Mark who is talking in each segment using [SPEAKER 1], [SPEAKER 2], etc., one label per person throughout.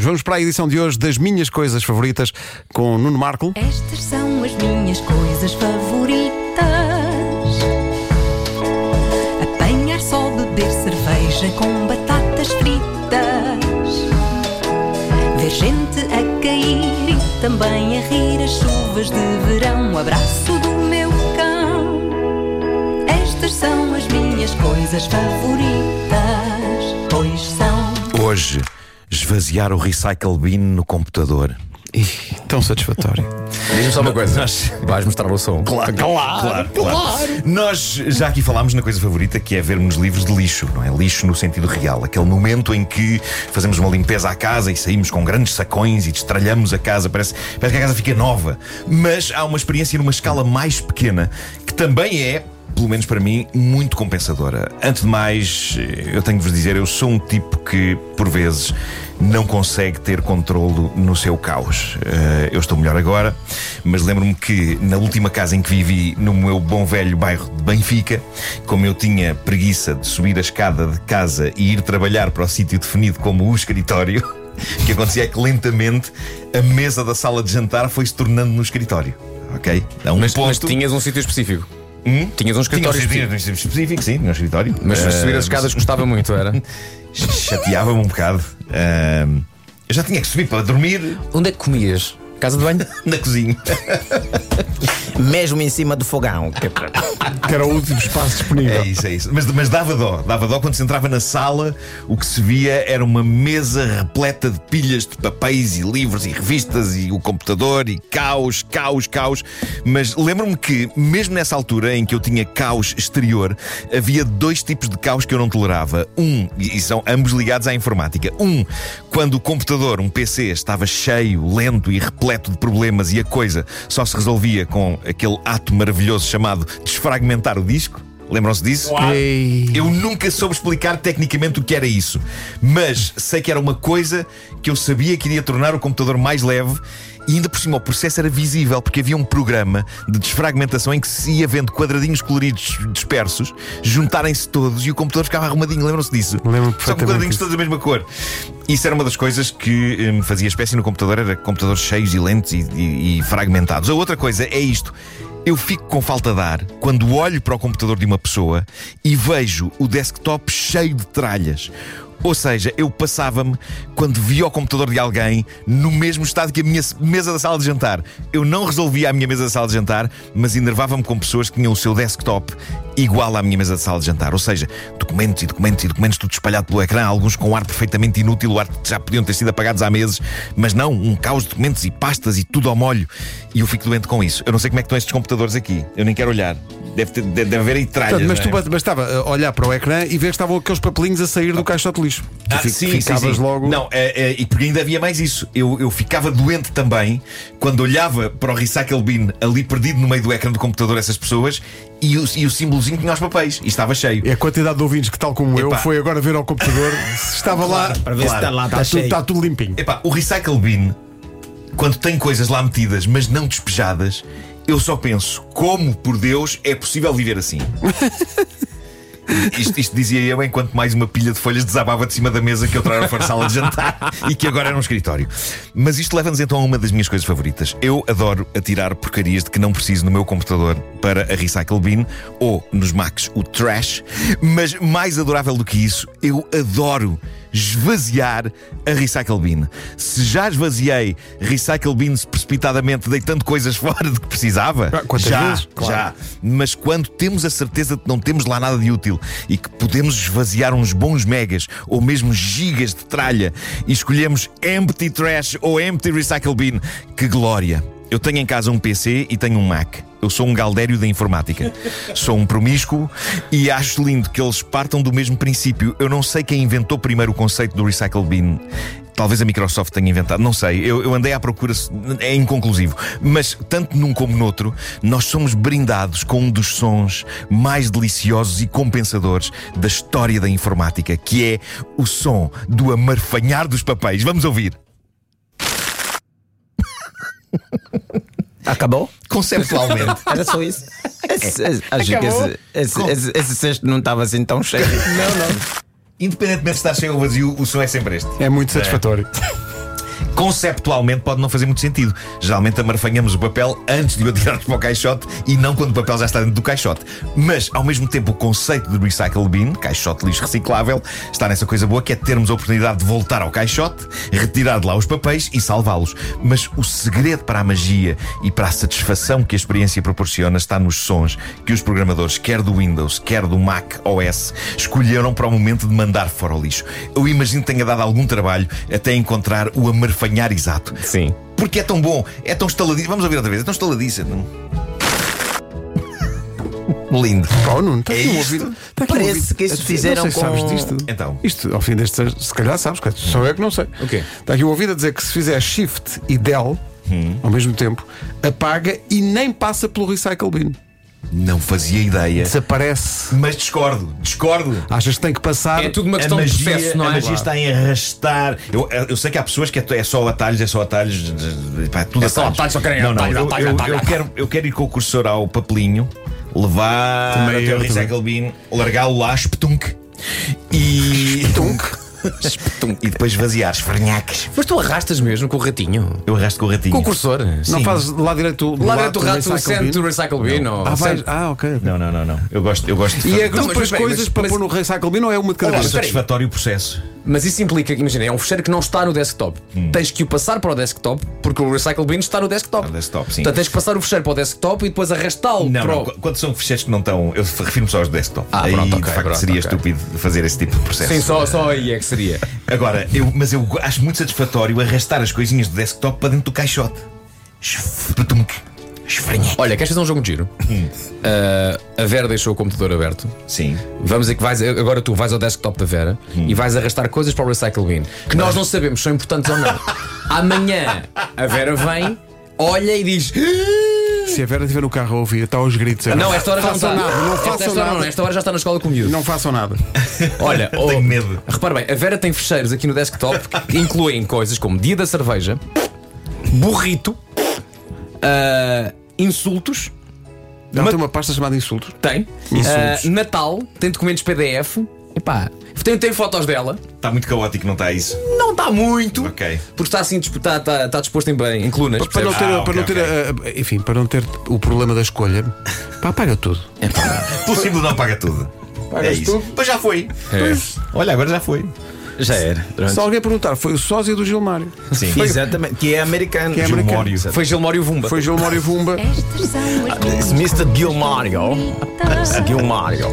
[SPEAKER 1] Vamos para a edição de hoje das minhas coisas favoritas com Nuno Marco.
[SPEAKER 2] Estas são as minhas coisas favoritas: apanhar só, beber cerveja com batatas fritas, ver gente a cair e também a rir as chuvas de verão. O abraço do meu cão. Estas são as minhas coisas favoritas, pois são.
[SPEAKER 3] Hoje, esvaziar o recycle bin no computador.
[SPEAKER 1] Ih, tão satisfatório.
[SPEAKER 4] Diz-me só uma coisa. Vais mostrar o som.
[SPEAKER 3] Claro, claro, claro, Nós já aqui falámos na coisa favorita que é vermos livros de lixo, não é? Lixo no sentido real. Aquele momento em que fazemos uma limpeza à casa e saímos com grandes sacões e destralhamos a casa. Parece, parece que a casa fica nova. Mas há uma experiência numa escala mais pequena que também é. Pelo menos para mim, muito compensadora. Antes de mais, eu tenho de vos dizer, eu sou um tipo que, por vezes, não consegue ter controlo no seu caos. Eh, eu estou melhor agora, mas lembro-me que na última casa em que vivi, no meu bom velho bairro de Benfica, como eu tinha preguiça de subir a escada de casa e ir trabalhar para o sítio definido como o escritório, o que acontecia é que lentamente a mesa da sala de jantar foi se tornando no escritório. Ok? A um
[SPEAKER 4] Mas,
[SPEAKER 3] ponto.
[SPEAKER 4] mas tinhas um sítio específico.
[SPEAKER 3] Hum?
[SPEAKER 4] Tinhas um
[SPEAKER 3] Tinha um
[SPEAKER 4] escritório
[SPEAKER 3] escritório
[SPEAKER 4] específico.
[SPEAKER 3] específico, sim, tinha um escritório.
[SPEAKER 4] Mas
[SPEAKER 3] Eh,
[SPEAKER 4] subir as escadas custava muito, era?
[SPEAKER 3] Chateava-me um bocado. Eh, eu já tinha que subir para dormir
[SPEAKER 4] Onde é que comias? Casa de banho?
[SPEAKER 3] na cozinha.
[SPEAKER 5] mesmo em cima do fogão.
[SPEAKER 1] Que era o último espaço disponível.
[SPEAKER 3] É isso, é isso. Mas, mas dava dó, dava dó quando se entrava na sala, o que se via era uma mesa repleta de pilhas de papéis e livros e revistas e o computador e caos, caos, caos. Mas lembro-me que, mesmo nessa altura em que eu tinha caos exterior, havia dois tipos de caos que eu não tolerava. Um, e e são ambos ligados à informática. Um, quando o computador, um PC, estava cheio, lento e repleto de problemas e a coisa só se resolvia com aquele ato maravilhoso chamado desfragmentar o disco. Lembram-se disso?
[SPEAKER 1] Ei.
[SPEAKER 3] Eu nunca soube explicar tecnicamente o que era isso, mas sei que era uma coisa que eu sabia que iria tornar o computador mais leve. E ainda por cima o processo era visível porque havia um programa de desfragmentação em que se ia vendo quadradinhos coloridos dispersos juntarem-se todos e o computador ficava arrumadinho. Lembram-se disso?
[SPEAKER 1] Lembro-me
[SPEAKER 3] Só com
[SPEAKER 1] perfeitamente
[SPEAKER 3] quadradinhos
[SPEAKER 1] disso.
[SPEAKER 3] todos da mesma cor. Isso era uma das coisas que eh, me fazia espécie no computador, era computadores cheios e lentos e, e- e fragmentados. A outra coisa é isto. Eu fico com falta de ar quando olho para o computador de uma pessoa e vejo o desktop cheio de tralhas. Ou seja, eu passava-me quando via o computador de alguém no mesmo estado que a minha se- mesa da sala de jantar. Eu não resolvia a minha mesa da sala de jantar, mas enervava-me com pessoas que tinham o seu desktop igual à minha mesa de sala de jantar. Ou seja, documentos e documentos e documentos tudo espalhado pelo ecrã, alguns com um ar perfeitamente inútil, o ar que já podiam ter sido apagados há meses, mas não, um caos de documentos e pastas e tudo ao molho. E eu fico doente com isso. Eu não sei como é que estão estes computadores aqui. Eu nem quero olhar. Deve, ter- deve deve haver aí tralhas.
[SPEAKER 1] Portanto, mas
[SPEAKER 3] não
[SPEAKER 1] tu
[SPEAKER 3] é?
[SPEAKER 1] bas- bastava uh, olhar para o ecrã e ver que estavam aqueles papelinhos a sair do caixote de lixo. Tu
[SPEAKER 3] Ah,
[SPEAKER 1] fi-
[SPEAKER 3] sim,
[SPEAKER 1] ficavas
[SPEAKER 3] sim, sim.
[SPEAKER 1] logo.
[SPEAKER 3] Não, é, é, e porque ainda havia mais isso. Eu, eu ficava doente também quando olhava para o recycle bin ali perdido no meio do ecrã do computador essas pessoas e o, e o símbolozinho tinha os papéis e estava cheio.
[SPEAKER 1] É a quantidade de ouvintes que, tal como eu,
[SPEAKER 3] Epá.
[SPEAKER 1] foi agora ver ao computador se estava lá.
[SPEAKER 5] Para ver se
[SPEAKER 3] Claro,
[SPEAKER 5] está lá, está,
[SPEAKER 1] Está tudo,
[SPEAKER 5] cheio.
[SPEAKER 1] está tudo limpinho.
[SPEAKER 3] Epá, o recycle bin, quando tem coisas lá metidas, mas não despejadas, eu só penso, como por Deus é possível viver assim? Isto, isto dizia eu enquanto mais uma pilha de folhas desabava de cima da mesa que eu trara para a sala de jantar e que agora era um escritório. Mas isto leva-nos então a uma das minhas coisas favoritas. Eu adoro atirar porcarias de que não preciso no meu computador para a Recycle Bin ou nos Macs o Trash. Mas mais adorável do que isso, eu adoro esvaziar a Recycle Bin. Se já esvaziei Recycle Bins precipitadamente deitando coisas fora de que precisava,
[SPEAKER 1] Ah, quantas
[SPEAKER 3] já,
[SPEAKER 1] vezes? Claro.
[SPEAKER 3] já. Mas quando temos a certeza de que não temos lá nada de útil e que podemos esvaziar uns bons megas ou mesmo gigas de tralha e escolhemos empty trash ou empty recycle bin, que glória! Eu tenho em casa um PC e tenho um Mac. Eu sou um galdério da informática. Sou um promíscuo e acho lindo que eles partam do mesmo princípio. Eu não sei quem inventou primeiro o conceito do recycle bin. Talvez a Microsoft tenha inventado, não sei. Eu, eu andei à procura, é inconclusivo. Mas tanto num como noutro, nós somos brindados com um dos sons mais deliciosos e compensadores da história da informática, que é o som do amarfanhar dos papéis. Vamos ouvir.
[SPEAKER 5] Acabou?
[SPEAKER 3] Conceptualmente.
[SPEAKER 5] Era só isso? Esse- esse- acho que esse, esse, esse, esse cesto não estava assim tão cheio.
[SPEAKER 3] Independentemente de estar cheio ou vazio, o som é sempre este.
[SPEAKER 1] É muito satisfatório.
[SPEAKER 3] conceptualmente pode não fazer muito sentido. Geralmente amarfanhamos o papel antes de o atirarmos para o caixote e não quando o papel já está dentro do caixote. Mas, ao mesmo tempo, o conceito de recycle bin, caixote de lixo reciclável, está nessa coisa boa que é termos a oportunidade de voltar ao caixote, retirar de lá os papéis e salvá-los. Mas o segredo para a magia e para a satisfação que a experiência proporciona está nos sons que os programadores, quer do Windows, quer do Mac OS, escolheram para o momento de mandar fora o lixo. Eu imagino que tenha dado algum trabalho até encontrar o amarfanhar exato.
[SPEAKER 4] Sim.
[SPEAKER 3] Porque é tão bom, é tão estaladiço. Vamos ouvir outra vez, é tão estaladiço. não? Lindo.
[SPEAKER 1] Oh, Nuno, está
[SPEAKER 3] É
[SPEAKER 1] aqui um
[SPEAKER 3] isto?
[SPEAKER 1] ouvido. Está aqui um
[SPEAKER 5] Parece
[SPEAKER 1] ouvido.
[SPEAKER 5] que isto
[SPEAKER 1] Eu não
[SPEAKER 5] fizeram
[SPEAKER 1] sei se sabes
[SPEAKER 5] com-
[SPEAKER 1] disto.
[SPEAKER 3] Então.
[SPEAKER 1] Isto, ao fim destes, se calhar sabes, coisa, só eu que não sei.
[SPEAKER 4] O quê?
[SPEAKER 1] Está aqui um ouvido a dizer que se fizer Shift e Del,
[SPEAKER 3] Hum.
[SPEAKER 1] ao mesmo tempo, apaga e nem passa pelo Recycle Bin.
[SPEAKER 3] Não fazia
[SPEAKER 4] É.
[SPEAKER 3] ideia.
[SPEAKER 1] Desaparece.
[SPEAKER 3] Mas discordo, discordo.
[SPEAKER 1] Achas que tem que passar.
[SPEAKER 4] É tudo uma
[SPEAKER 3] a
[SPEAKER 4] questão de
[SPEAKER 3] magia,
[SPEAKER 4] processo, não
[SPEAKER 3] a
[SPEAKER 4] é?
[SPEAKER 3] magia está em arrastar. Eu, eu sei que há pessoas que é, é só atalhos, é só atalhos. de- de- pá, tudo
[SPEAKER 4] É só atalhos, só querem
[SPEAKER 3] não, não,
[SPEAKER 4] atalhos,
[SPEAKER 3] eu,
[SPEAKER 4] atalhos,
[SPEAKER 3] eu-
[SPEAKER 4] atalhos.
[SPEAKER 3] eu quero, eu quero ir com o cursor ao papelinho, levar
[SPEAKER 1] Também
[SPEAKER 3] até
[SPEAKER 1] eu
[SPEAKER 3] o
[SPEAKER 1] também.
[SPEAKER 4] né?
[SPEAKER 3] recycle bin, largá-lo lá, espetunk. E. E depois vaziar, esfarnhaques.
[SPEAKER 4] Mas tu arrastas mesmo com o ratinho?
[SPEAKER 3] Eu arrasto com o ratinho.
[SPEAKER 4] Com o cursor?
[SPEAKER 1] Não
[SPEAKER 3] Sim.
[SPEAKER 1] fazes lá direito do
[SPEAKER 4] Lá
[SPEAKER 1] lado
[SPEAKER 4] dentro é do rato,
[SPEAKER 1] Recycle
[SPEAKER 4] send
[SPEAKER 1] Bin?
[SPEAKER 4] to recycle bin ou
[SPEAKER 1] Ah, vais-
[SPEAKER 4] send-
[SPEAKER 1] ah, ok.
[SPEAKER 3] Não, não, não, não. Eu gosto, eu gosto de
[SPEAKER 1] E
[SPEAKER 3] fazer-
[SPEAKER 1] é
[SPEAKER 4] Não, mas
[SPEAKER 1] grupos
[SPEAKER 4] espera aí,
[SPEAKER 1] coisas
[SPEAKER 4] mas-
[SPEAKER 1] para
[SPEAKER 4] mas-
[SPEAKER 1] pôr no Recycle Bin ou é uma de cada
[SPEAKER 3] É
[SPEAKER 1] vez?
[SPEAKER 4] espera aí.
[SPEAKER 3] satisfatório o processo.
[SPEAKER 4] Mas isso implica, imagina, é um fecheiro que não está no desktop. Tens que o passar para o desktop, porque o recycle bin Hum. está no desktop.
[SPEAKER 3] No desktop, sim.
[SPEAKER 4] Portanto, tens que passar o fecheiro para o desktop e depois arrastá-lo
[SPEAKER 3] Não,
[SPEAKER 4] para
[SPEAKER 3] não,
[SPEAKER 4] o.
[SPEAKER 3] qu- quando são fecheiros que não estão. Eu refiro-me só aos desktop.
[SPEAKER 4] Ah,
[SPEAKER 3] Aí,
[SPEAKER 4] pronto, ok,
[SPEAKER 3] de facto,
[SPEAKER 4] pronto,
[SPEAKER 3] seria
[SPEAKER 4] ok.
[SPEAKER 3] estúpido fazer esse tipo de processo.
[SPEAKER 4] Sim, só, só aí é que seria.
[SPEAKER 3] Agora, eu, mas eu acho muito satisfatório arrastar as coisinhas do desktop para dentro do caixote. Espetunk. Esfranhei.
[SPEAKER 4] Olha, queres fazer um jogo de giro? Ah, a Vera deixou o computador aberto.
[SPEAKER 3] Sim.
[SPEAKER 4] Vamos dizer que vais, agora tu vais ao desktop da Vera e vais arrastar coisas para o Recycle Bin que nós não sabemos se são importantes ou não. Amanhã a Vera vem, olha e diz:
[SPEAKER 1] Se a Vera estiver no carro a ouvir, está aos gritos. agora.
[SPEAKER 4] Não, esta hora já não está.
[SPEAKER 1] façam nada, não
[SPEAKER 4] Esta-
[SPEAKER 1] façam
[SPEAKER 4] esta hora não, é
[SPEAKER 1] nada.
[SPEAKER 4] esta hora já está na escola com o miúdo.
[SPEAKER 1] Não façam nada.
[SPEAKER 4] Olha, oh,
[SPEAKER 3] Tenho medo.
[SPEAKER 4] Repara bem, a Vera tem fecheiros aqui no desktop que incluem coisas como dia da cerveja, burrito, ah, insultos.
[SPEAKER 1] Ela tem uma pasta chamada insultos.
[SPEAKER 4] Tem.
[SPEAKER 1] Insultos.
[SPEAKER 4] Ah, Natal, tem documentos PDF. Epá, tem, tem fotos dela.
[SPEAKER 3] Está Tá muito caótico, não tá está isso?
[SPEAKER 4] Não está muito.
[SPEAKER 3] Ok.
[SPEAKER 4] Porque está assim dispo- está, está, está disposto em bem, em colunas.
[SPEAKER 1] Para não
[SPEAKER 4] percebes?
[SPEAKER 1] ter,
[SPEAKER 3] Ah,
[SPEAKER 1] para
[SPEAKER 3] ok,
[SPEAKER 1] não ter a- a- enfim, para não ter o problema da escolha, pá, apaga tudo.
[SPEAKER 3] Possível não paga tudo. é isso. Pois já foi. Pois. É. Olha, agora já foi.
[SPEAKER 5] Já era.
[SPEAKER 1] Se alguém perguntar, foi o sósia do Gilmário.
[SPEAKER 3] Sim.
[SPEAKER 5] Exatamente. Que é americano.
[SPEAKER 1] Que é americano.
[SPEAKER 3] Gilmório.
[SPEAKER 4] Foi Gilmório Vumba.
[SPEAKER 1] Foi Gilmário Vumba,
[SPEAKER 2] Estas são as minhas
[SPEAKER 5] Mr. Ah, Gilmario.
[SPEAKER 2] favoritas.
[SPEAKER 5] Gilmário.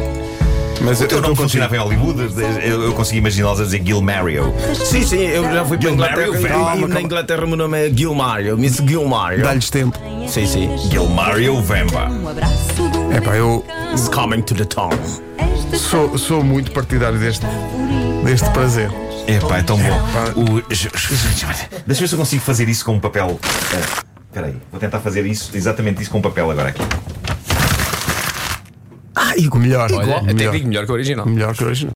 [SPEAKER 1] mas
[SPEAKER 3] O teu
[SPEAKER 1] eu
[SPEAKER 3] nome
[SPEAKER 1] não consigo.
[SPEAKER 3] funcionava em Hollywood, eu, eu consegui imaginá-los a dizer Gilmario.
[SPEAKER 5] Sim, sim, eu já fui para a
[SPEAKER 3] Gilmário,
[SPEAKER 5] Inglaterra
[SPEAKER 3] velho.
[SPEAKER 5] e na Inglaterra o meu nome é Gilmário, Miss Gilmário.
[SPEAKER 1] Dá-lhes tempo.
[SPEAKER 5] Sim, sim.
[SPEAKER 3] Gilmário Vemba.
[SPEAKER 2] Um abraço do
[SPEAKER 1] É pá, eu
[SPEAKER 5] It's coming to the town.
[SPEAKER 2] Estas
[SPEAKER 1] sou, sou muito partidário deste, deste prazer.
[SPEAKER 3] É pá, é tão bom. O... Deixa eu ver se eu consigo fazer isso com um papel. Espera- Espera aí, vou tentar fazer isso, exatamente isso com um papel agora aqui.
[SPEAKER 1] Melhor.
[SPEAKER 4] Olha, até
[SPEAKER 1] melhor.
[SPEAKER 4] digo melhor que o original.
[SPEAKER 1] Melhor que hoje não.